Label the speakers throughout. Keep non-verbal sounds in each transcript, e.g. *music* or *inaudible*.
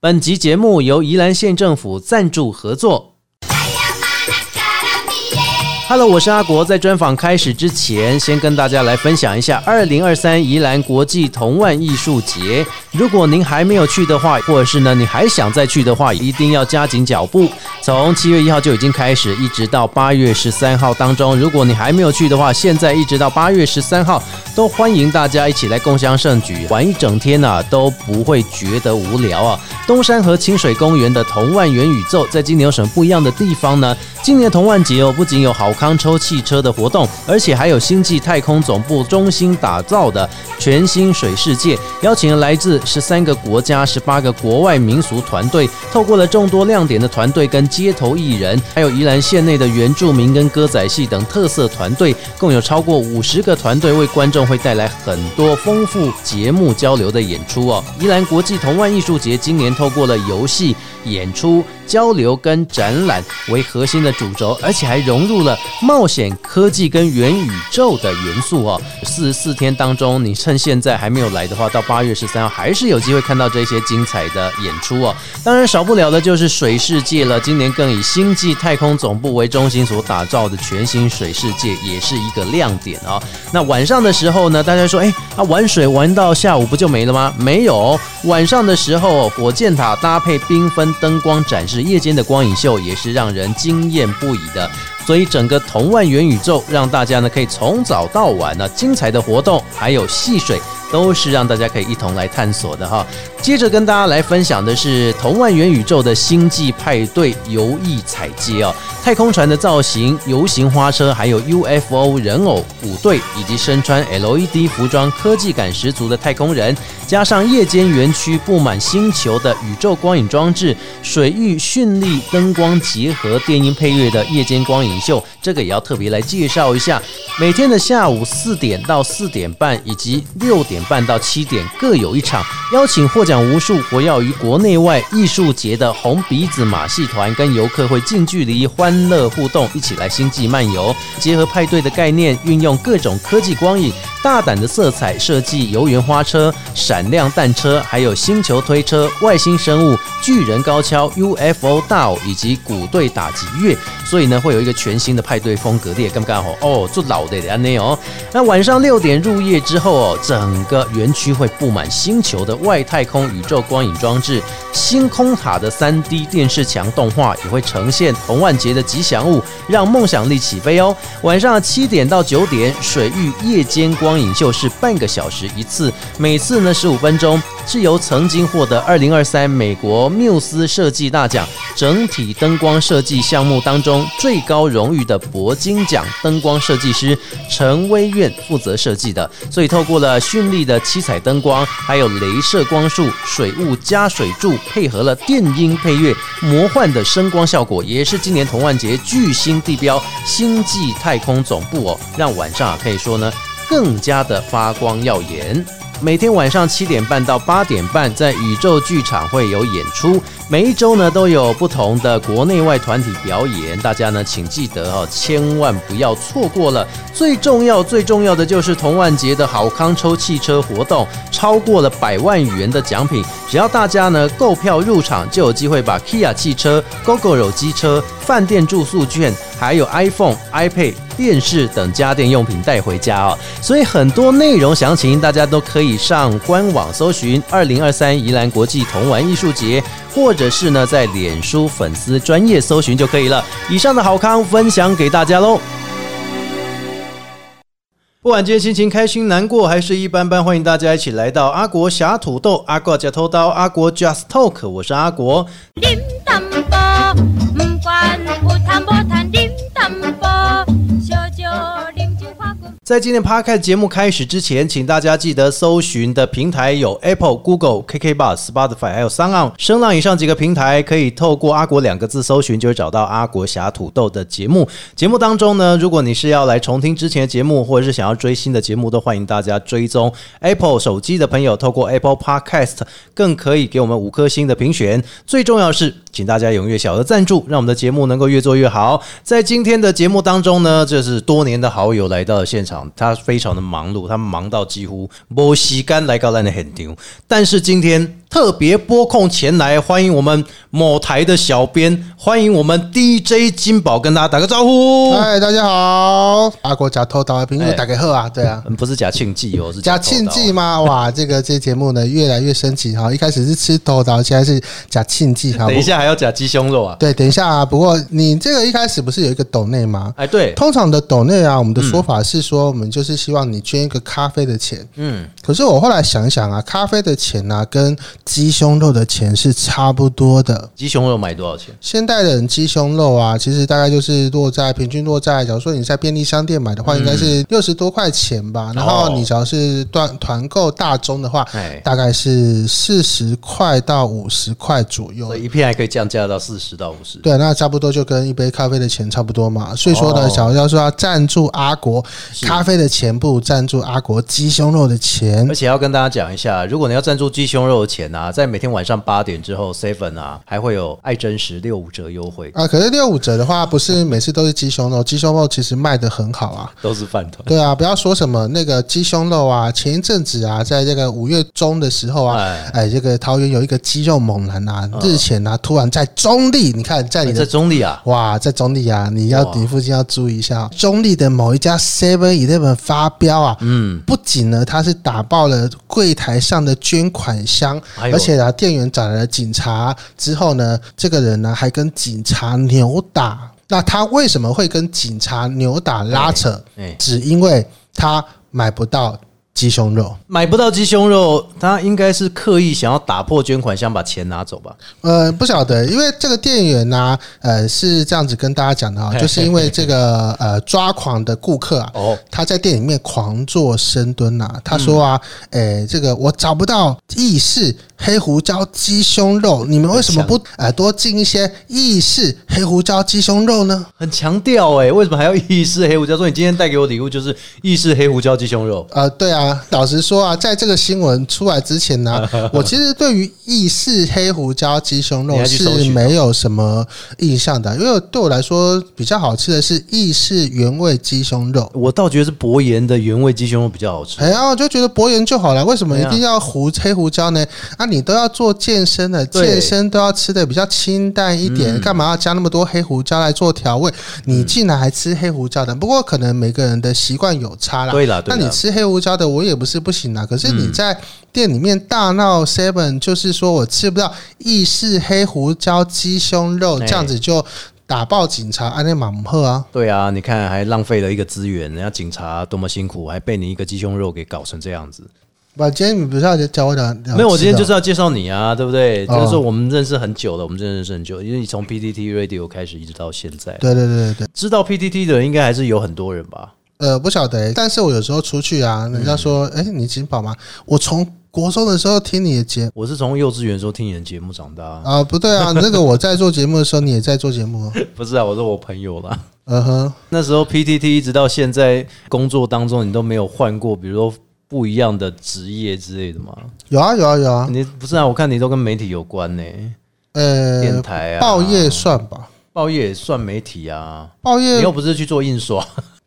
Speaker 1: 本集节目由宜兰县政府赞助合作。Hello，我是阿国。在专访开始之前，先跟大家来分享一下二零二三宜兰国际童玩艺术节。如果您还没有去的话，或者是呢你还想再去的话，一定要加紧脚步。从七月一号就已经开始，一直到八月十三号当中。如果你还没有去的话，现在一直到八月十三号，都欢迎大家一起来共襄盛举，玩一整天啊，都不会觉得无聊啊。东山和清水公园的童万元宇宙，在今年有什么不一样的地方呢？今年童万节哦，不仅有好康抽汽车的活动，而且还有星际太空总部中心打造的全新水世界，邀请了来自十三个国家、十八个国外民俗团队，透过了众多亮点的团队跟街头艺人，还有宜兰县内的原住民跟歌仔戏等特色团队，共有超过五十个团队为观众会带来很多丰富节目交流的演出哦。宜兰国际童玩艺术节今年透过了游戏、演出、交流跟展览为核心的主轴，而且还融入了冒险、科技跟元宇宙的元素哦。四十四天当中，你趁现在还没有来的话，到八月十三号还是有机会看到这些精彩的演出哦。当然，少不了的就是水世界了。今年更以星际太空总部为中心所打造的全新水世界，也是一个亮点哦。那晚上的时候呢，大家说，哎，啊，玩水玩到下午不就没了吗？没有哦，晚上的时候，火箭塔搭配缤纷灯光展示，夜间的光影秀也是让人惊艳不已的。所以整个同万元宇宙让大家呢可以从早到晚呢精彩的活动，还有戏水。都是让大家可以一同来探索的哈。接着跟大家来分享的是同万元宇宙的星际派对游艺彩街哦，太空船的造型、游行花车，还有 UFO 人偶舞队，以及身穿 LED 服装、科技感十足的太空人，加上夜间园区布满星球的宇宙光影装置、水域绚丽灯光结合电音配乐的夜间光影秀，这个也要特别来介绍一下。每天的下午四点到四点半，以及六点半到七点各有一场，邀请获奖无数、活跃于国内外艺术节的红鼻子马戏团跟游客会近距离欢乐互动，一起来星际漫游，结合派对的概念，运用各种科技光影。大胆的色彩设计，游园花车、闪亮弹车，还有星球推车、外星生物、巨人高跷、UFO 大偶以及鼓队打击乐，所以呢，会有一个全新的派对风格。你也干不干哦？哦，做老的安内哦。那晚上六点入夜之后哦，整个园区会布满星球的外太空宇宙光影装置，星空塔的 3D 电视墙动画也会呈现童万节的吉祥物，让梦想力起飞哦。晚上七点到九点，水域夜间光影秀是半个小时一次，每次呢十五分钟，是由曾经获得2023美国缪斯设计大奖整体灯光设计项目当中最高荣誉的铂金奖灯光设计师陈威苑负责设计的。所以透过了绚丽的七彩灯光，还有镭射光束、水雾加水柱，配合了电音配乐，魔幻的声光效果，也是今年童万节巨星地标星际太空总部哦，让晚上啊可以说呢更加的发光耀眼。每天晚上七点半到八点半，在宇宙剧场会有演出。每一周呢都有不同的国内外团体表演，大家呢请记得哦，千万不要错过了。最重要最重要的就是童万节的好康抽汽车活动，超过了百万元的奖品，只要大家呢购票入场，就有机会把 Kia 汽车、GoGoRo 机车、饭店住宿券，还有 iPhone、iPad。电视等家电用品带回家哦，所以很多内容详情大家都可以上官网搜寻“二零二三宜兰国际童玩艺术节”，或者是呢在脸书粉丝专业搜寻就可以了。以上的好康分享给大家喽。不管今天心情开心、难过还是一般般，欢迎大家一起来到阿国侠土豆、阿国假偷刀、阿国 Just Talk，我是阿国。
Speaker 2: điểm tâm bò Ừm, quan u tham bò than điểm tâm bò cho cho điểm chữ khoa cùng
Speaker 1: 在今天 Podcast 节目开始之前，请大家记得搜寻的平台有 Apple、Google、KK Bar、Spotify，还有 s o n 声浪以上几个平台，可以透过“阿国”两个字搜寻，就会找到阿国侠土豆的节目。节目当中呢，如果你是要来重听之前的节目，或者是想要追新的节目，都欢迎大家追踪 Apple 手机的朋友，透过 Apple Podcast 更可以给我们五颗星的评选。最重要的是，请大家踊跃小额赞助，让我们的节目能够越做越好。在今天的节目当中呢，这是多年的好友来到了现场，他非常的忙碌，他忙到几乎没时间来到咱的现场。但是今天特别拨空前来，欢迎我们某台的小编，欢迎我们 DJ 金宝，跟大家打个招呼。
Speaker 3: 嗨，大家好，阿国假偷刀平，因为打给贺啊，对啊。
Speaker 1: 嗯，不是哎 *laughs* 假庆忌哦，是
Speaker 3: 假
Speaker 1: 偷刀
Speaker 3: 庆忌吗？哇，这个这节目呢越来越升级哈，一开始是吃头刀，现在是假
Speaker 1: *laughs*
Speaker 3: 庆忌哈。
Speaker 1: 等一下还要假鸡胸肉啊？
Speaker 3: 不，对，等一下啊。不过你这个一开始不是有一个抖内吗？
Speaker 1: 哎，对，
Speaker 3: 通常的抖内啊，我们的说法是说，我们就是希望你捐一个咖啡的钱。
Speaker 1: 嗯，
Speaker 3: 可是我后来想一想啊，咖啡的钱啊，跟鸡胸肉的钱是差不多的。
Speaker 1: 鸡胸肉买多少钱？
Speaker 3: 现代人鸡胸肉啊，其实大概就是落在平均落在，假如说你在便利商店买的话，
Speaker 1: 嗯
Speaker 3: 应该是六十多块钱
Speaker 1: 哦
Speaker 3: 吧。然后你只要是团团购大宗的话，
Speaker 1: 哎，
Speaker 3: 大概是四十块到五十块左右
Speaker 1: 所。以一片还可以降价到四十到五十。
Speaker 3: 对，那差不多就跟一杯咖啡的钱差不多嘛。所以说呢，
Speaker 1: 哦
Speaker 3: 假如要说要赞助阿国
Speaker 1: 是
Speaker 3: 咖啡的钱，不如赞助阿国鸡胸肉的钱
Speaker 1: 而。且要跟大家讲一下，如果你要赞助鸡胸肉的钱啊，在每天晚上八点之后，seven 啊还会有爱真实六五折优
Speaker 3: *laughs*
Speaker 1: 惠，
Speaker 3: 啊，可是六五折的话，不是每次都是鸡胸肉，鸡胸肉其实卖的很好啊。
Speaker 1: 都是饭团。
Speaker 3: 对啊，不要说什么那个鸡胸肉啊，前一阵子啊，在这个五月中的时候啊，
Speaker 1: 哎，嗯
Speaker 3: 哎，这个桃园有一个鸡肉猛男啊，日前啊，突然在中立，你看在你
Speaker 1: 在
Speaker 3: 的。
Speaker 1: 中立啊，
Speaker 3: 哇，在中立啊，你要
Speaker 1: 哇
Speaker 3: 你附近要注意一下哦、中立的某一家 Seven Eleven 发飙啊，
Speaker 1: 嗯，
Speaker 3: 不仅呢，它是打爆了柜台上的捐款箱，
Speaker 1: 哎呦
Speaker 3: 而且啊，店员找来了警察之后呢，这个人呢还跟警察扭打。那他为什么会跟警察扭打拉扯？
Speaker 1: 哎，
Speaker 3: 只因为他买不到鸡胸肉。
Speaker 1: 买不到鸡胸肉，他应该是刻意想要打破捐款箱把钱拿走吧？
Speaker 3: 呃，不晓得，因为这个店员呢、呃，是这样子跟大家讲的啊、
Speaker 1: 嘿
Speaker 3: 就是因为这个呃抓狂的顾客啊，
Speaker 1: 哦，
Speaker 3: 他在店里面狂做深蹲啊，他说啊，诶、这个我找不到意式黑胡椒鸡胸肉，你们为什么不呃多进一些意式黑胡椒鸡胸肉呢？
Speaker 1: 很强调哎，为什么还要意式黑胡椒？说你今天带给我礼物就是意式黑胡椒鸡胸肉，
Speaker 3: 呃，对啊，老实说啊，在这个新闻出来之前呢、
Speaker 1: *laughs*
Speaker 3: 我其实对于意式黑胡椒鸡胸
Speaker 1: 你
Speaker 3: 肉
Speaker 1: 还去搜
Speaker 3: 是
Speaker 1: 寻哦
Speaker 3: 没有什么印象的，因为对我来说比较好吃的是意式原味鸡胸肉。
Speaker 1: 我倒觉得是博妍的原味鸡胸肉比较好吃。
Speaker 3: 哎呀，我就觉得博研就好了，为什么
Speaker 1: 哎
Speaker 3: 一
Speaker 1: 呀
Speaker 3: 定要胡黑胡椒呢？啊，你都要做健身的，
Speaker 1: 对嗯
Speaker 3: 健身都要吃的比较清淡一点，干嘛要加那么多黑胡椒来做调味？你竟然还吃黑胡椒的？不过可能每个人的习惯有差啦。
Speaker 1: 对啦，嗯
Speaker 3: 那
Speaker 1: 对
Speaker 3: 你
Speaker 1: 啦，
Speaker 3: 吃黑胡椒的，我也不是不行啊。可是你在店里面大闹 seven，就是说我吃不到意式黑胡椒鸡胸肉，
Speaker 1: 哎
Speaker 3: 这样子就打爆警察，安内马姆赫啊！
Speaker 1: 对啊，你看还浪费了一个资源，人家警察多么辛苦，还被你一个鸡胸肉给搞成这样子。
Speaker 3: 不，今天你不是要教我讲？
Speaker 1: 没有，我今天
Speaker 3: 聊吃的
Speaker 1: 就是要介绍你啊，对不对？
Speaker 3: 哦
Speaker 1: 就是我们认识很久了，我们真的认识很久，因为你从 PTT Radio 开始一直到现在，
Speaker 3: 对对对对对。
Speaker 1: 知道 PTT 的人应该还是有很多人吧？
Speaker 3: 呃，不晓得欸、但是我有时候出去
Speaker 1: 嗯
Speaker 3: 啊，人家说，哎、你金宝吗？我从国中的时候听你的节
Speaker 1: 我是从幼稚园的时候听你的节目长大，
Speaker 3: 啊、不
Speaker 1: *laughs*
Speaker 3: 对啊，那个我在做节目的时候，你也在做节目哦，
Speaker 1: 不是啊，我是我朋友啦。 *laughs*
Speaker 3: 嗯哼，
Speaker 1: 那时候 PTT 一直到现在工作当中，你都没有换过，比如说不一样的职业之类的吗？
Speaker 3: 有啊有啊有啊，
Speaker 1: 你不是啊？我看你都跟媒体有关呢、电
Speaker 3: 呃，
Speaker 1: 台啊，
Speaker 3: 报业呃算吧，
Speaker 1: 报业也算媒体啊。
Speaker 3: 报业
Speaker 1: 你又不是去做印刷，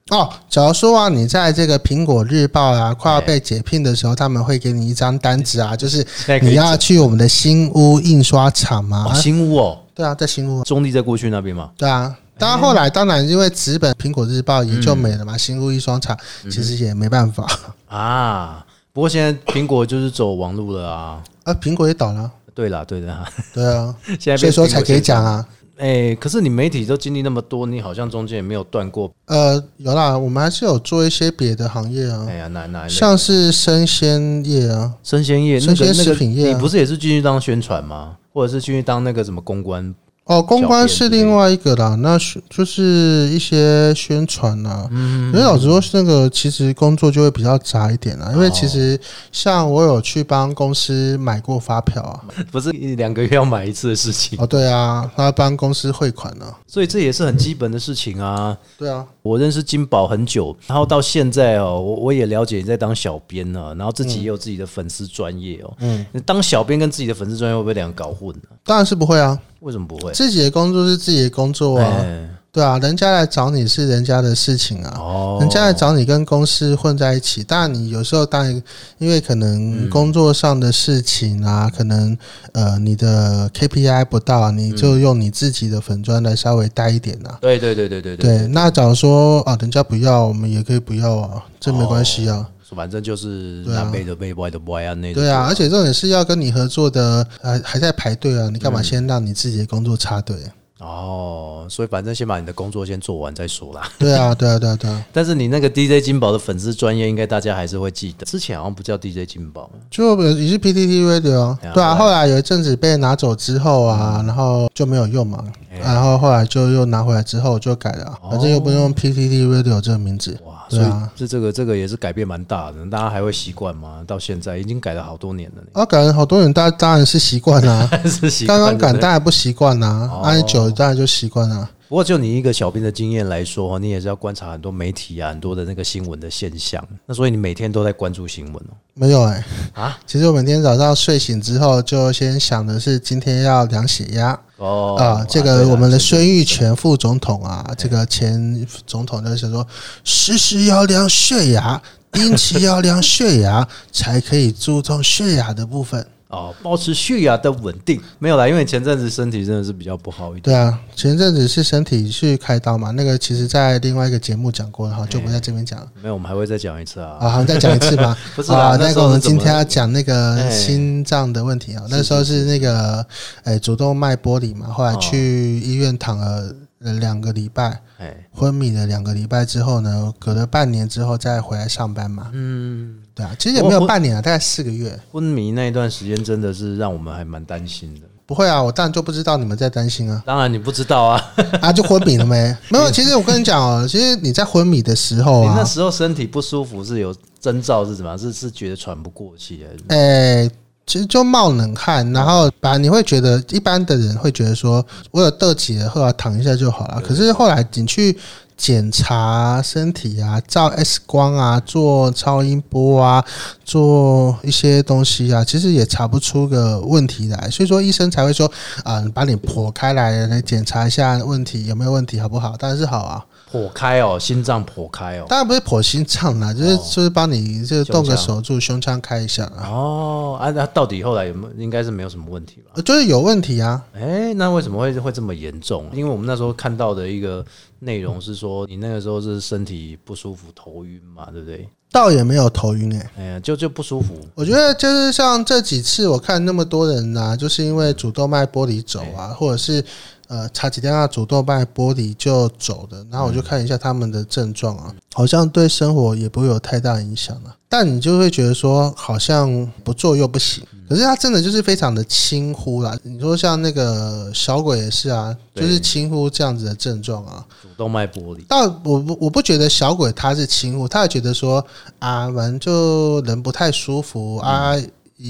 Speaker 3: 哦，假如说啊，你在这个苹果日报啊快要被解聘的时候，他们会给你一张单子啊，就是
Speaker 1: 现哎在可
Speaker 3: 你
Speaker 1: 以
Speaker 3: 要去我们的新屋印刷厂嘛、
Speaker 1: 哦新屋哦，
Speaker 3: 对啊，在新屋，
Speaker 1: 中立在过去那边嘛。
Speaker 3: 对啊。当然，
Speaker 1: 哎
Speaker 3: 后来当然因为纸本苹果日报也就没
Speaker 1: 嗯
Speaker 3: 了嘛，新屋印刷厂其实也没
Speaker 1: *laughs*
Speaker 3: 办法。
Speaker 1: 啊，不过现在苹果就是走网路了啊。
Speaker 3: 啊，苹果也倒了，
Speaker 1: 对啦，对的、啊，
Speaker 3: 对啊，
Speaker 1: *laughs* 现在
Speaker 3: 所以
Speaker 1: 变
Speaker 3: 说
Speaker 1: 苹果
Speaker 3: 才可以
Speaker 1: 先
Speaker 3: 讲
Speaker 1: 生。
Speaker 3: 啊。
Speaker 1: 哎、可是你媒体都经历那么多，你好像中间也没有断过。
Speaker 3: 呃，有啦，我们还是有做一些别的行业啊
Speaker 1: 哎，呀，哪哪一类
Speaker 3: 像是生鲜业啊，
Speaker 1: 生鲜业、
Speaker 3: 生鲜
Speaker 1: 那个
Speaker 3: 食品业啊
Speaker 1: 那个，你不是也是继续当宣传吗？或者是继续当那个什么公关？ *laughs*
Speaker 3: 哦，公关
Speaker 1: 小编
Speaker 3: 是
Speaker 1: 之类的嗯
Speaker 3: 另外一个啦，那是就是一些宣传啦。因为老实说，那个其实工作就会比较杂一点啊啦，因
Speaker 1: 哦
Speaker 3: 为其实像我有去帮公司买过发票啊，
Speaker 1: 不是一两个月要买一次的事情， *laughs*
Speaker 3: 哦，对啊，他帮公司汇款呢、啊，
Speaker 1: 所以这也是很基本的事情啊。
Speaker 3: 对啊，
Speaker 1: 我认识金宝很久，然后到现在哦，我我也了解你在当小编呢、然后自己也有自己的粉丝专业哦。嗯，当小编跟自己的粉丝专业会不会两个搞混呢、
Speaker 3: 当然是不会啊，
Speaker 1: 为什么不会？
Speaker 3: 自己的工作是自己的工作啊，
Speaker 1: 哎
Speaker 3: 对啊，人家来找你是人家的事情啊。
Speaker 1: 哦，
Speaker 3: 人家来找你跟公司混在一起，当然你有时候当然因为可能
Speaker 1: 嗯
Speaker 3: 工作上的事情啊，可能呃你的 KPI 不到啊，你就用你自己的粉砖来稍微带一点啊。
Speaker 1: 对对对对对
Speaker 3: 对，那假如说啊，人家不要，我们也可以不要啊，这没关系啊。
Speaker 1: 反正就是
Speaker 3: 对啊
Speaker 1: 南北的北，歪哦的歪啊，那种
Speaker 3: 对啊，而且重点是要跟你合作的，还还在排队啊，你
Speaker 1: 嗯
Speaker 3: 干嘛先让你自己的工作插队？啊
Speaker 1: 哦，所以反正先把你的工作先做完再说啦。 *laughs*
Speaker 3: 对啊，对啊，对啊，对啊，
Speaker 1: 但是你那个 DJ 金宝的粉丝专业，应该大家还是会记得。之前好像不叫 DJ 金宝，
Speaker 3: 就呃也是 PTT Radio，啊
Speaker 1: 对啊
Speaker 3: 对啊，
Speaker 1: 后嗯
Speaker 3: 后来有一阵子被拿走之后啊，然后就没有用嘛，
Speaker 1: 哎哦
Speaker 3: 然后后来就又拿回来之后就改了啊，反正又不用 PTT Radio 这个名字，
Speaker 1: 哇，所
Speaker 3: 对啊
Speaker 1: 以这这个这个也是改变蛮大的，大家还会习惯吗？到现在已经改了好多年了呢， *laughs*
Speaker 3: 啊，改了好多人，大家当然是习惯啦，
Speaker 1: 但是 *laughs* 习惯
Speaker 3: 刚刚
Speaker 1: 对不对
Speaker 3: 改当然不习惯啦
Speaker 1: 哦，
Speaker 3: 按久了当然就习惯啊啦。
Speaker 1: 不过，就你一个小兵的经验来说，你也是要观察很多媒体啊，很多的那个新闻的现象。那所以你每天都在关注新闻哦。
Speaker 3: 没有哎、
Speaker 1: 啊
Speaker 3: 其实我每天早上睡醒之后，就先想的是今天要量血压
Speaker 1: 哦
Speaker 3: 啊。这个我们的
Speaker 1: 宣
Speaker 3: 孙玉泉副总统啊，这个前总统就是说，时时要量血压，定期要量血压，才可以注重血压的部分。
Speaker 1: 哦，保持血压的稳定没有啦，因为前阵子身体真的是比较不好一点。
Speaker 3: 对啊，前阵子是身体去开刀嘛，那个其实在另外一个节目讲过了哈，就
Speaker 1: 哎
Speaker 3: 不在这边讲了。
Speaker 1: 没有，我们还会再讲一次啊。
Speaker 3: 啊，好，再讲一次吧
Speaker 1: *laughs* 不。是啦
Speaker 3: 啊，
Speaker 1: 那时
Speaker 3: 那
Speaker 1: 候
Speaker 3: 个我们
Speaker 1: 是怎
Speaker 3: 今
Speaker 1: 么
Speaker 3: 天要讲那
Speaker 1: 哎
Speaker 3: 个心脏的问题啊。那时候是那个，哎，主动脉剥离嘛，后来
Speaker 1: 哦
Speaker 3: 去医院躺了呃两个礼拜，
Speaker 1: 哎，
Speaker 3: 昏迷了两个礼拜之后呢，隔了半年之后再回来上班嘛。
Speaker 1: 嗯，
Speaker 3: 对啊，其实也没
Speaker 1: 我
Speaker 3: 有半年啊，大概四个月。
Speaker 1: 昏迷那一段时间真的是让我们还蛮担心的。，
Speaker 3: 不会啊，我当然就不知道你们在担心啊
Speaker 1: 当然你不知道啊，
Speaker 3: 啊就昏迷了没？ *laughs* 没有，其实我跟你讲哦，其实你在昏迷的时候
Speaker 1: 你那
Speaker 3: 啊，
Speaker 1: 时候身体不舒服是有征兆是怎么样？是是觉得喘不过气还是？
Speaker 3: 诶、哎其实就冒冷汗，然后把你会觉得一般的人会觉得说，我有得起了，后来躺一下就好了。可是后来你去检查身体啊，照 X 光啊，做超音波啊，做一些东西啊，其实也查不出个问题来，所以说医生才会说啊、你把你剖开来来检查一下问题有没有问题，好不好？当然是好啊，
Speaker 1: 破开哦，心脏破开哦。
Speaker 3: 当然不是剖心脏啦，就是、就是帮你就动个手术，哦胸腔开一下啊，
Speaker 1: 哦，啊，那到底后来有没有？应该是没有什么问题吧？
Speaker 3: 就是有问题啊。
Speaker 1: 哎、那为什么会会这么严重？因为我们那时候看到的一个内容是说，你那个时候是身体不舒服、头晕嘛，对不对？
Speaker 3: 倒也没有头晕诶、欸
Speaker 1: 哎呀，就就不舒服。
Speaker 3: 我觉得就是像这几次我看那么多人呐、就是因为主动脉剥离走啊，或者是呃查几天啊主动脉剥离就走的，然后我就看一下他们的症状啊，好像对生活也不会有太大影响啊。但你就会觉得说好像不做又不行，可是他真的就是非常的轻忽啦。你说像那个小鬼也是啊，
Speaker 1: 对
Speaker 3: 就是轻忽这样子的症状啊。
Speaker 1: 主动脉剥离，
Speaker 3: 但我不我不觉得小鬼他是轻忽，他也觉得说啊，反正就人不太舒服啊，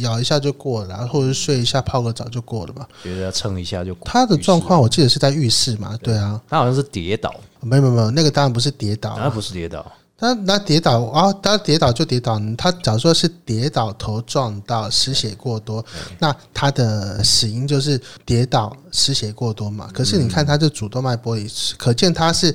Speaker 3: 咬一下就过了啊，或者是睡一下泡个澡就过了嘛。
Speaker 1: 觉得要蹭一下就过。
Speaker 3: 他的状
Speaker 1: 于
Speaker 3: 况我记得是在浴室嘛，对啊，
Speaker 1: 是，他好像是跌倒，
Speaker 3: 没有没有没有，那个当然不是跌倒
Speaker 1: 他
Speaker 3: 啊，
Speaker 1: 不是跌倒，
Speaker 3: 他那跌倒啊，他跌倒就跌倒，他假如说是跌倒头撞到失血过多，那他的死因就是跌倒失血过多嘛。可是你
Speaker 1: 嗯
Speaker 3: 看他是主动脉剥离，可见他是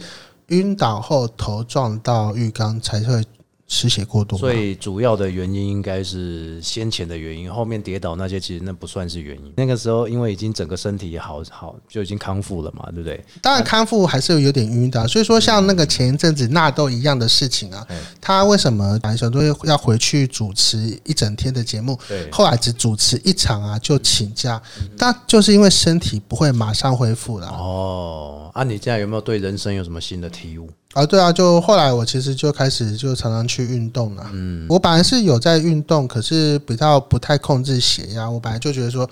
Speaker 3: 晕倒后头撞到浴缸才会失血过多嘛。
Speaker 1: 所以主要的原因应该是先前的原因，后面跌倒那些其实那不算是原因。那个时候因为已经整个身体也好好就已经康复了嘛，对不对？
Speaker 3: 当然康复还是有点晕的啊，所以说像那
Speaker 1: 嗯
Speaker 3: 个前一阵子纳豆一样的事情啊，
Speaker 1: 哎
Speaker 3: 他为什么本来想说要回去主持一整天的节目
Speaker 1: 对，嗯
Speaker 3: 后来只主持一场啊就请假，但就是因为身体不会马上恢复啦。
Speaker 1: 哦，啊，你现在有没有对人生有什么新的体悟？
Speaker 3: 啊，对啊，就后来我其实就开始就常常去运动了。嗯，我本来是有在运动，可是比较不太控制血压。我本来就觉得说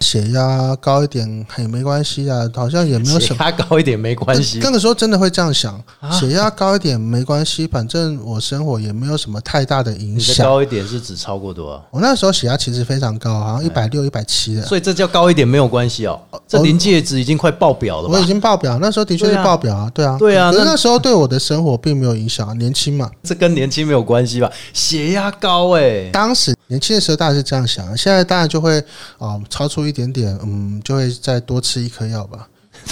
Speaker 3: 血压高一点也没关系啊，好像也没有什
Speaker 1: 血。
Speaker 3: 么
Speaker 1: 压高一点没关系啊
Speaker 3: 那，那个时候真的会这样想，血压高一点没关系，反正我生活也没有什么太大的
Speaker 1: 你
Speaker 3: 影
Speaker 1: 的
Speaker 3: 响。
Speaker 1: 高一点是指超过多少？啊
Speaker 3: 我那时候血压其实非常高，好像一百六、一百七的，
Speaker 1: 所以这叫高一点没有关系哦，这临界值已经快爆表了
Speaker 3: 我
Speaker 1: 吧
Speaker 3: 已？经爆表。那时候的确是
Speaker 1: 对啊
Speaker 3: 爆表啊，对啊，
Speaker 1: 对啊
Speaker 3: 可是
Speaker 1: 那
Speaker 3: 那时候对我的生活并没有影响啊，年轻嘛，
Speaker 1: 这跟年轻没有关系吧？血压高哎、
Speaker 3: 当时年轻的时候当然是这样想啊，现在当然就会啊、哦超出一点点，嗯，就会再多吃一颗药吧。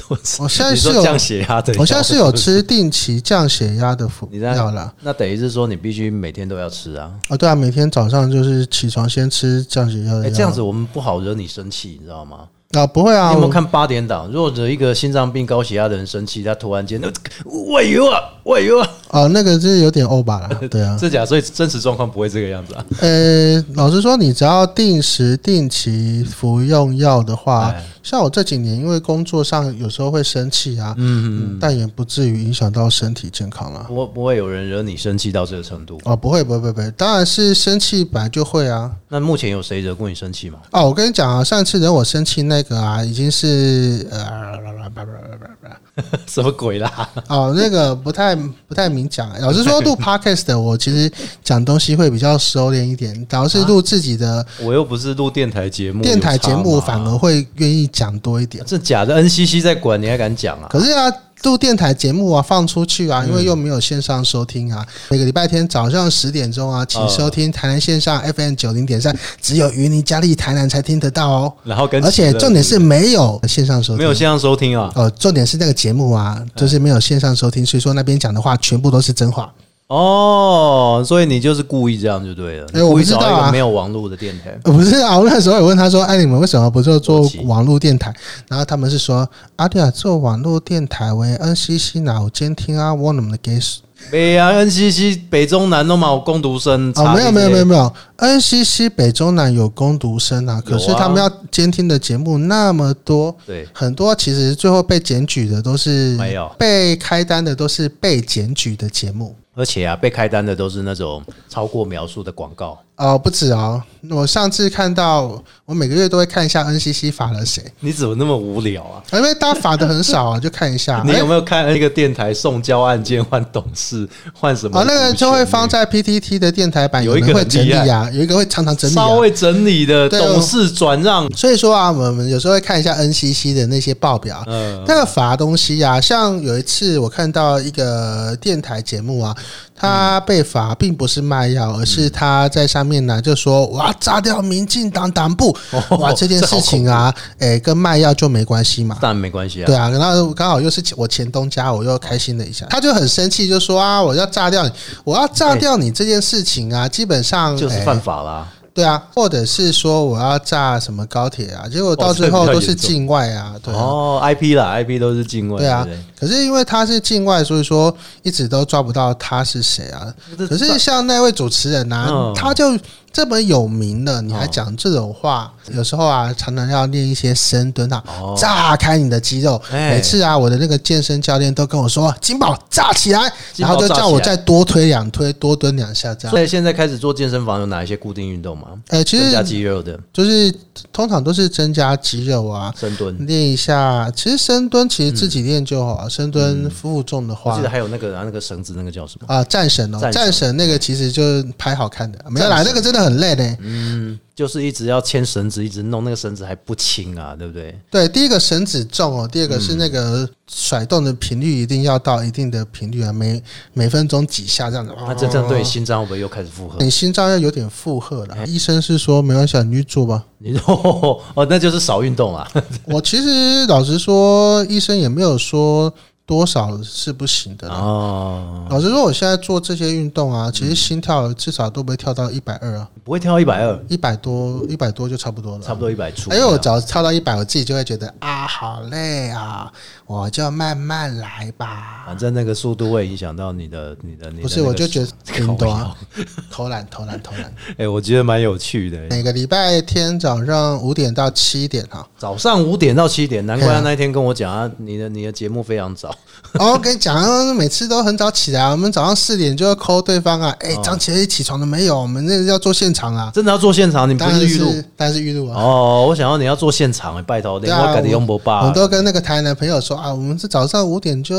Speaker 1: 我是 *laughs*
Speaker 3: 我现在
Speaker 1: 你说
Speaker 3: 是有
Speaker 1: 降血压的药，
Speaker 3: 我现在是有吃定期降血压的服
Speaker 1: 你在
Speaker 3: 药啦。
Speaker 1: 那等于是说你必须每天都要吃啊。
Speaker 3: 哦，对啊，每天早上就是起床先吃降血压的
Speaker 1: 哎、
Speaker 3: 药。
Speaker 1: 这样子我们不好惹你生气，你知道吗？
Speaker 3: 啊，不会啊，
Speaker 1: 你有没有
Speaker 3: 我
Speaker 1: 看八点档？如果惹一个心脏病、高血压的人生气，他突然间，呃我有啊，我有啊，
Speaker 3: 哦，那个是有点
Speaker 1: *laughs*
Speaker 3: 欧巴啦，对啊。
Speaker 1: 这假，所以真实状况不会这个样子啊。
Speaker 3: 呃，老实说，你只要定时定期服用药的话
Speaker 1: 哎，
Speaker 3: 像我这几年因为工作上有时候会生气啊，嗯嗯，但也不至于影响到身体健康啦。
Speaker 1: 不不会有人惹你生气到这个程度。
Speaker 3: 哦，不会，不会，不会不会，当然是生气本来就会啊。
Speaker 1: 那目前有谁惹过你生气吗？
Speaker 3: 哦，我跟你讲啊，上次惹我生气那个啊，已经是呃，
Speaker 1: *laughs* 什么鬼啦？
Speaker 3: 哦，那个不太不太明讲。啊老实 *laughs* 说，录 podcast 的我其实讲东西会比较收敛一点，然后是录自己的
Speaker 1: 我又不是录电台节目，
Speaker 3: 电台
Speaker 1: 有差
Speaker 3: 节
Speaker 1: 吗
Speaker 3: 目，反而会愿意讲多一点。
Speaker 1: 这假的 NCC 在管，你还敢讲啊？嗯
Speaker 3: 可是啊，录电台节目啊，放出去啊，因为又没有线上收听啊。每个礼拜天早上十点钟啊，请收
Speaker 1: 哦
Speaker 3: 听台南线上 FM 九零点三，只有云林嘉丽台南才听得到哦。
Speaker 1: 然后跟
Speaker 3: 而且
Speaker 1: 起了
Speaker 3: 重点是没有线上收听，
Speaker 1: 没有线上嗯收听啊。
Speaker 3: 呃，重点是那个节目啊，就是没有线上收听，所以说那边讲的话全部都是真话。
Speaker 1: 哦，所以你就是故意这样就对了，
Speaker 3: 哎
Speaker 1: 你
Speaker 3: 我
Speaker 1: 故
Speaker 3: 不
Speaker 1: 意
Speaker 3: 知道
Speaker 1: 找
Speaker 3: 啊
Speaker 1: 一个没有网络的电台。
Speaker 3: 呃不是啊，我那时候也问他说：“哎，你们为什么不做做
Speaker 1: 逻辑
Speaker 3: 网络电台？”然后他们是说：“啊，对啊，做网络电台为 NCC 哪有监听啊，我怎么的给死
Speaker 1: 没啊，NCC 北中南都嘛有攻读生
Speaker 3: 哦，没有没有没有
Speaker 1: 有，
Speaker 3: 没有，NCC 北中南有攻读生啊，可是
Speaker 1: 有啊
Speaker 3: 他们要监听的节目那么多，
Speaker 1: 对，
Speaker 3: 很多其实最后被检举的都是
Speaker 1: 没有
Speaker 3: 被开单的都是被检举的节目。
Speaker 1: 而且啊，被开单的都是那种超过描述的广告。
Speaker 3: 哦，不止哦，我上次看到，我每个月都会看一下 NCC 罚了谁，
Speaker 1: 你怎么那么无聊啊？
Speaker 3: 因为大家罚的很少
Speaker 1: *laughs*
Speaker 3: 啊，就看一下。
Speaker 1: 你
Speaker 3: 哎
Speaker 1: 有没有看那个电台送交案件换董事换什么
Speaker 3: 哦，
Speaker 1: 股权？
Speaker 3: 那个就会放在 PTT 的电台版，
Speaker 1: 有
Speaker 3: 有
Speaker 1: 一个
Speaker 3: 人会
Speaker 1: 很
Speaker 3: 整理
Speaker 1: 厉害
Speaker 3: 啊，有一个会常常整理啊
Speaker 1: 稍。微整理的
Speaker 3: 对哦
Speaker 1: 董事转让。
Speaker 3: 所以说啊，我们有时候会看一下 NCC 的那些报表，啊
Speaker 1: 嗯
Speaker 3: 那个罚东西啊，像有一次我看到一个电台节目啊，他被罚并不是卖药，而是他在上面呢就说我要炸掉民进党党部，
Speaker 1: 哦
Speaker 3: 哇，这件事情啊，诶、跟卖药就没关系嘛。
Speaker 1: 但没关系啊
Speaker 3: 对，啊，然后刚好又是我前东家，我又开心了一下，他就很生气，就说啊，我要炸掉你，我要炸掉你这件事情啊，基本上
Speaker 1: 哎就是
Speaker 3: 诶
Speaker 1: 犯法啦、
Speaker 3: 对啊，或者是说我要炸什么高铁啊，结果到最后都是境外啊，对啊，
Speaker 1: 哦，IP 啦，IP 都是境外，
Speaker 3: 对啊
Speaker 1: 对不对。
Speaker 3: 可是因为他是境外，所以说一直都抓不到他是谁啊。
Speaker 1: 这
Speaker 3: 可是像那位主持人啊
Speaker 1: 嗯，
Speaker 3: 他就这么有名了，你还讲这种话，有时候啊，常常要练一些深蹲啊
Speaker 1: 嗯哦，
Speaker 3: 炸开你的肌肉。
Speaker 1: 哎
Speaker 3: 每次啊，我的那个健身教练都跟我说：“金宝炸起来！”
Speaker 1: 金
Speaker 3: 然
Speaker 1: 宝
Speaker 3: 后就
Speaker 1: 炸
Speaker 3: 叫
Speaker 1: 起
Speaker 3: 我
Speaker 1: 来
Speaker 3: 再多推两推，多蹲两下这样。
Speaker 1: 所以现在开始做健身房有哪一些固定运动吗？
Speaker 3: 呃，其
Speaker 1: 增加
Speaker 3: 实
Speaker 1: 肌肉的
Speaker 3: 就是通常都是增加肌肉啊，
Speaker 1: 深蹲，
Speaker 3: 练一下，其实深蹲其实自己练就好啊，深蹲负重的
Speaker 1: 嗯我
Speaker 3: 话
Speaker 1: 记得。还有那个啊那个绳子，那个叫什么？
Speaker 3: 啊，战神哦，
Speaker 1: 战神
Speaker 3: 战神那个其实就是拍好看的，没有啦，那个真的很累呢。
Speaker 1: 嗯就是一直要牵绳子，一直弄那个绳子还不轻啊，对不对？
Speaker 3: 对，第一个绳子重哦，第二个是
Speaker 1: 嗯
Speaker 3: 那个甩动的频率一定要到一定的频率啊，每每分钟几下这样子。
Speaker 1: 那啊这这样对哎心脏会不会又开始负荷？
Speaker 3: 你心脏要有点负荷了。医生是说没关系啊，你去做吧。
Speaker 1: *laughs* 你说哦，那就是少运动
Speaker 3: *laughs*
Speaker 1: 啊。
Speaker 3: 我其实老实说，医生也没有说多少是不行的啦。
Speaker 1: 哦，嗯
Speaker 3: 老实说，我现在做这些运动啊，其实心跳至少都不会跳到一百二啊，
Speaker 1: 不会跳一百二，
Speaker 3: 一百多，一百多就差不多了。
Speaker 1: 差不多一百出。啊
Speaker 3: 因为我哎只要跳到一百，我自己就会觉得啊，好累啊，我就慢慢来吧。
Speaker 1: 反正啊那个速度会影响到你的你哦的你的那个。
Speaker 3: 不是，我就觉
Speaker 1: *laughs*
Speaker 3: 得运
Speaker 1: 靠
Speaker 3: 动啊，偷懒，偷懒，偷懒。
Speaker 1: *laughs*
Speaker 3: *laughs*
Speaker 1: 哎，我觉得蛮有趣的。
Speaker 3: 每个礼拜天早上五点到七点啊。
Speaker 1: 早上五点到七点，难怪
Speaker 3: 对
Speaker 1: 他
Speaker 3: 啊
Speaker 1: 那一天跟我讲啊，你的你的节目非常早。
Speaker 3: 哦，我跟你讲啊，每次都很早起来啊，我们早上四点就要 call 对方啊。
Speaker 1: 哦
Speaker 3: 哎、张杰起床了没有？我们那个要做现场啊。
Speaker 1: 真的要做现场，你不
Speaker 3: 当然
Speaker 1: 是预录
Speaker 3: 是，当然是预录啊。
Speaker 1: 哦？我想要你要做现场，拜托，你
Speaker 3: 对啊
Speaker 1: 我改的用不
Speaker 3: 我
Speaker 1: 罢。
Speaker 3: 都跟那个台南朋友说啊，我们是早上五点就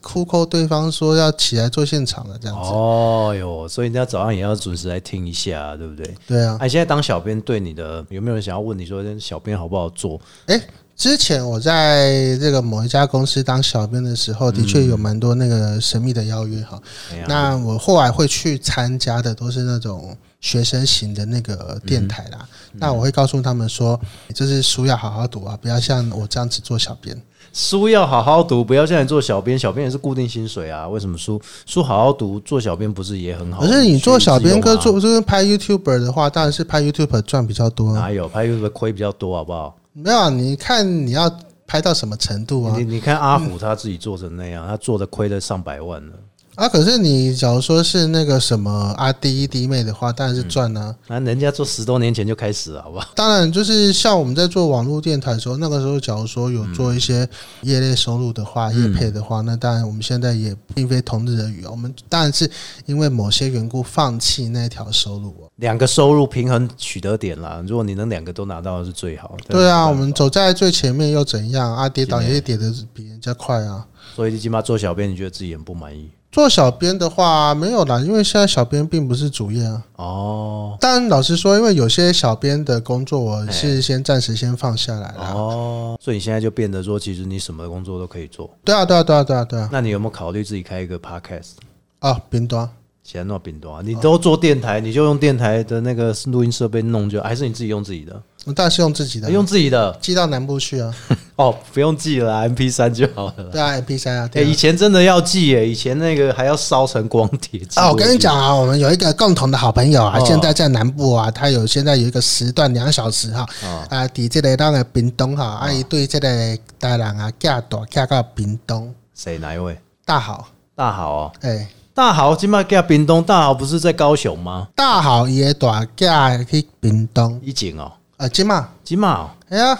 Speaker 3: 哭扣对方说要起来做现场了，这样子。
Speaker 1: 哦哟，所以人家早上也要准时来听一下，对不对？
Speaker 3: 对啊，
Speaker 1: 哎，现在当小编对你的有没有人想要问你说，小编好不好做？
Speaker 3: 哎、之前我在这个某一家公司当小编的时候，的确有蛮多那个神秘的邀约哈。
Speaker 1: 哎呀
Speaker 3: 那我后来会去参加的都是那种学生型的那个电台啦。那我会告诉他们说，就是书要好好读啊，不要像我这样子做小编。
Speaker 1: 书要好好读，不要现在做小编，小编也是固定薪水啊。为什么书书好好读，做小编不是也很好？
Speaker 3: 可是你做小编跟
Speaker 1: 跟
Speaker 3: 做就是拍 YouTuber 的话，当然是拍 YouTuber 赚比较多、啊。
Speaker 1: 哪有拍 YouTube 亏比较多，好不好？
Speaker 3: 没有啊，你看你要拍到什么程度啊
Speaker 1: 你？你看阿虎他自己做成那样，他做的亏了上百万了，
Speaker 3: 啊，可是你假如说是那个什么阿弟弟妹的话，当然是赚啊。
Speaker 1: 那人家做十多年前就开始了，好不好？
Speaker 3: 当然，就是像我们在做网络电台的时候，那个时候假如说有做一些业内收入的话、业配的话，那当然我们现在也并非同日而语哦。我们当然是因为某些缘故放弃那条收入哦。
Speaker 1: 两个收入平衡取得点啦，如果你能两个都拿到是最好。
Speaker 3: 对啊，
Speaker 1: 但是没
Speaker 3: 我
Speaker 1: 办法
Speaker 3: 们走在最前面又怎样啊？跌倒也是跌得比人家快啊。
Speaker 1: 所以你起码做小编，你觉得自己很不满意
Speaker 3: 做小编的话没有啦，因为现在小编并不是主业啊。
Speaker 1: 哦
Speaker 3: 但老实说，因为有些小编的工作，我是先暂时先放下来啦。
Speaker 1: 哦，所以你现在就变得说，其实你什么工作都可以做。
Speaker 3: 对啊，对啊，对啊，对啊，对啊。
Speaker 1: 那你有没有考虑自己开一个 podcast？
Speaker 3: 啊，冰端，
Speaker 1: 其他弄饼多啊，你都做电台，你就用电台的那个录音设备弄就，还是你自己用自己的？啊
Speaker 3: 我当然是用自己的，
Speaker 1: 用自己的
Speaker 3: 寄到南部去啊。
Speaker 1: 哦，不用寄了，M P 三就好了啦。
Speaker 3: 对啊，MP 三啊，
Speaker 1: 哎、
Speaker 3: 对啊
Speaker 1: 以前真的要寄耶，以前那个还要烧成光碟。
Speaker 3: 啊，我跟你讲，啊，我们有一个共同的好朋友啊，
Speaker 1: 哦
Speaker 3: 现在在南部啊，他有现在有一个时段两小时哈，
Speaker 1: 哦
Speaker 3: 啊，抵这个那个屏东哈，啊，伊对这个台南啊，嫁大嫁到屏东
Speaker 1: 谁哪一位？
Speaker 3: 大好，
Speaker 1: 大好哦，
Speaker 3: 哎，
Speaker 1: 大好，今麦给屏东，大好不是在高雄吗？
Speaker 3: 大好也大嫁去屏东，
Speaker 1: 一景哦，
Speaker 3: 啊，即嘛，
Speaker 1: 今麦哦 *laughs*
Speaker 3: 哎呀，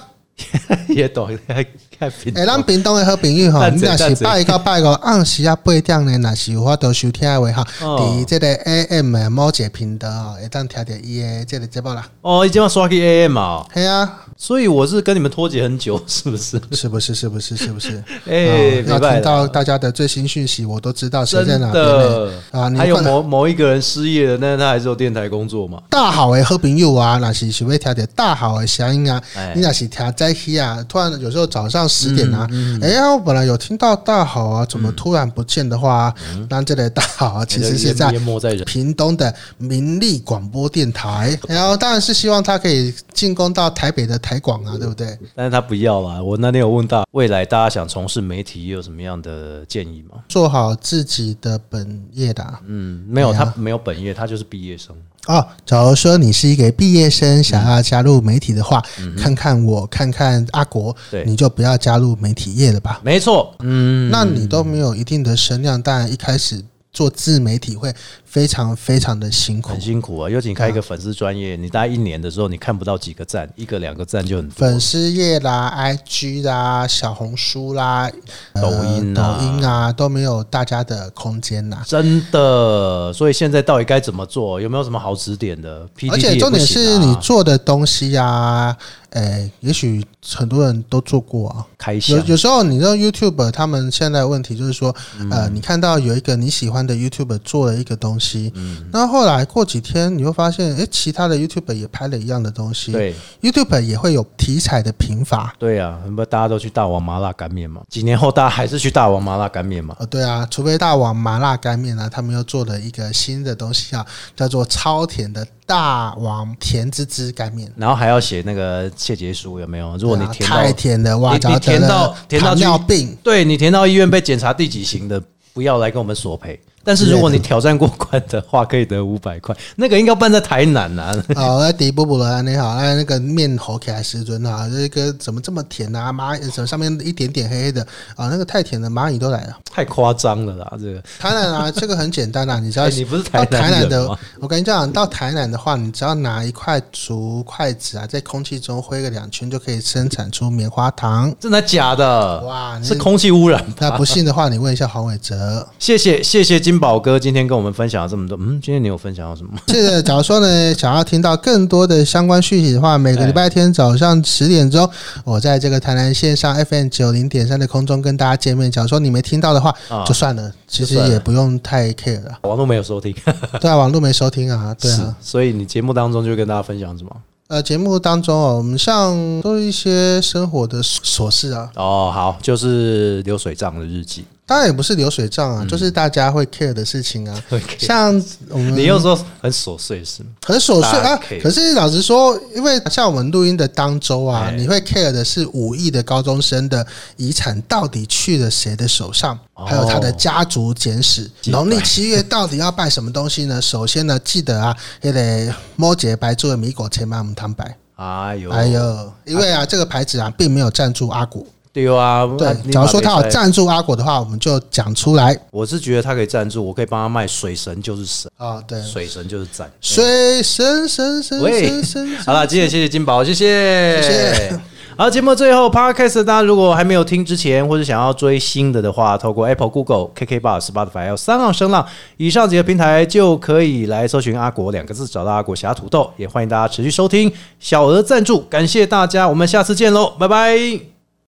Speaker 1: 也懂在看屏东。
Speaker 3: 哎，咱屏东的好朋友
Speaker 1: *laughs*
Speaker 3: 吼，
Speaker 1: 淡
Speaker 3: 你
Speaker 1: 水
Speaker 3: 若是
Speaker 1: 淡水
Speaker 3: 拜一到拜五暗时啊八点呢，若是有法度收听的话吼，
Speaker 1: 哦
Speaker 3: 伫这个 AM 的某一个频道吼，会当听到伊的这个节目啦，
Speaker 1: 哦，今麦刷去 A M 哦，
Speaker 3: 系啊，
Speaker 1: 所以我是跟你们脱节很久，是不是？
Speaker 3: 是不是？是不是？是不是？
Speaker 1: *laughs* 哎、
Speaker 3: 哦要
Speaker 1: 明白
Speaker 3: 哦听
Speaker 1: 了。
Speaker 3: 到大家的最新讯息，我都知道谁
Speaker 1: 真
Speaker 3: 在哪边呢
Speaker 1: 的
Speaker 3: 啊！你
Speaker 1: 还有
Speaker 3: 看
Speaker 1: 某某一个人失业了，但是他还是有电台工作嘛？
Speaker 3: 大好诶，好朋友啊，那是想要听点大好的声音啊
Speaker 1: 哎。
Speaker 3: 你那是听在起啊，突然有时候早上十点啊，
Speaker 1: 嗯
Speaker 3: 哎呀，我本来有听到大好啊，怎么突然不见的话，
Speaker 1: 嗯
Speaker 3: 那这里大好啊，其实是在
Speaker 1: 淹没在人。
Speaker 3: 屏东的民立广播电台，然后当然是希望它可以进攻到台北的台广啊，对不对？
Speaker 1: 但是他不要啦。我那天有问到未来大家想从事媒体有什么样的建议吗？
Speaker 3: 做好自己的本业的啊。
Speaker 1: 嗯，没有，
Speaker 3: 对啊
Speaker 1: 他没有本业，他就是毕业生。
Speaker 3: 哦，假如说你是一个毕业
Speaker 1: 嗯
Speaker 3: 生，想要加入媒体的话，看看我，看看阿国
Speaker 1: 对，
Speaker 3: 你就不要加入媒体业了吧。
Speaker 1: 没错，嗯，
Speaker 3: 那你都没有一定的声量，当然一开始做自媒体会非常非常的辛苦
Speaker 1: 很。辛苦啊。尤其你开一个粉丝专业，你大概一年的时候，你看不到几个赞，一个两个赞就很多。
Speaker 3: 粉丝页啦、IG 啦、小红书啦、呃
Speaker 1: 抖音啊
Speaker 3: 抖音啊，都没有大家的空间呐。
Speaker 1: 真的，所以现在到底该怎么做？有没有什么好指点的？P
Speaker 3: 而
Speaker 1: D
Speaker 3: 且重点是你做的东西啊，诶，也许很多人都做过啊。
Speaker 1: 开
Speaker 3: 有
Speaker 1: 箱
Speaker 3: 有时候你知道 YouTube 他们现在的问题就是说，
Speaker 1: 嗯
Speaker 3: 呃，你看到有一个你喜欢的 YouTube 做了一个东西，
Speaker 1: 嗯
Speaker 3: 那后来过几天你会发现，诶，其他的 YouTube 也拍了一样的东西，
Speaker 1: 对。
Speaker 3: ，YouTube 也会有题材的贫乏。
Speaker 1: 对啊，不大家都去大王麻辣干面嘛？几年后大家还是去大王麻辣干面嘛？
Speaker 3: 哦，对啊，除非大王麻辣干面啊，他们又做了一个新的东西啊，叫做超甜的大王甜滋滋干面。
Speaker 1: 然后还要写那个谢节书，有没有？如果你
Speaker 3: 对啊
Speaker 1: 填到，
Speaker 3: 太甜了，哇，
Speaker 1: 你
Speaker 3: 早
Speaker 1: 你
Speaker 3: 得
Speaker 1: 填到
Speaker 3: 了
Speaker 1: 填到
Speaker 3: 糖
Speaker 1: 去
Speaker 3: 尿病，
Speaker 1: 对你填到医院被检查第几型的，不要来跟我们索赔。但是如果你挑战过关的话，可以得五百块。那个应该办在台南啊， *laughs*
Speaker 3: 哦，那迪波波罗安你好，哎，那个面吼起来十尊啊，这个怎么这么甜啊？蚂蚁怎么上面一点点黑黑的啊？那个太甜了，蚂蚁都来了。
Speaker 1: 太夸张了啦！这个，
Speaker 3: 台南啊，这个很简单啊，你只要
Speaker 1: *laughs* 哎，你不是台
Speaker 3: 到台南
Speaker 1: 人
Speaker 3: 的
Speaker 1: 吗？，
Speaker 3: 我跟你讲，到台南的话，你只要拿一块竹筷子啊，在空气中挥个两圈，就可以生产出棉花糖。
Speaker 1: 真的假的？
Speaker 3: 哇，
Speaker 1: 是
Speaker 3: 那
Speaker 1: 空气污染
Speaker 3: 那
Speaker 1: 吧？
Speaker 3: 不信的话，你问一下黄伟哲。
Speaker 1: 谢谢谢谢金宝哥今天跟我们分享了这么多。嗯，今天你有分享到什么？
Speaker 3: 这个假如说呢，想要听到更多的相关讯息的话，每个礼拜天早上十点钟，我在这个台南线上 FM 九零点三的空中跟大家见面。假如说你没听到的话，
Speaker 1: 啊
Speaker 3: 就算了，其实
Speaker 1: 就算了
Speaker 3: 也不用太 care
Speaker 1: *laughs*
Speaker 3: 了。
Speaker 1: 网络没有收听，
Speaker 3: 对啊，网络没收听啊，对啊。
Speaker 1: 是，所以你节目当中就跟大家分享什么？
Speaker 3: 呃，节目当中哦，我们像都是一些生活的琐事啊，
Speaker 1: 哦，好，就是流水账的日记。
Speaker 3: 当然也不是流水账
Speaker 1: 嗯
Speaker 3: 啊，就是大家会 care 的事情
Speaker 1: *laughs*
Speaker 3: 啊。
Speaker 1: OK
Speaker 3: 像我们
Speaker 1: 你又说很琐碎是吗？
Speaker 3: 很琐碎
Speaker 1: 大家
Speaker 3: 啊
Speaker 1: care。
Speaker 3: 可是老实说，因为像我们录音的当周啊
Speaker 1: 哎，
Speaker 3: 你会 care 的是五亿的高中生的遗产到底去了谁的手上，
Speaker 1: 哦
Speaker 3: 还有他的家族简史。
Speaker 1: 记得
Speaker 3: 农历七月到底要拜什么东西呢？首先呢，记得啊，也得摸节白做米果前妈姆汤白。
Speaker 1: 哎呦，
Speaker 3: 哎，呦，因为啊，这个牌子啊，并没有赞助阿果。
Speaker 1: 对啊，
Speaker 3: 对
Speaker 1: 那，你
Speaker 3: 假如说
Speaker 1: 把
Speaker 3: 他
Speaker 1: 杯
Speaker 3: 有
Speaker 1: 塞，
Speaker 3: 赞助阿果的话，我们就讲出来
Speaker 1: 我是觉得他可以赞助，我可以帮他卖水神就是神，
Speaker 3: 啊。对，
Speaker 1: 水神就是赞。
Speaker 3: 水神神神
Speaker 1: 喂
Speaker 3: 神神，
Speaker 1: 好了，今天谢谢金宝，谢谢，
Speaker 3: 谢谢。
Speaker 1: 好，节目最后 podcast，大家如果还没有听之前，或者想要追新的的话，透过 Apple、Google、KK Bar、Spotify 还有三浪声浪以上几个平台，就可以来搜寻“阿国”两个字，找到阿国侠土豆。也欢迎大家持续收听，小额赞助，感谢大家，我们下次见喽，拜拜。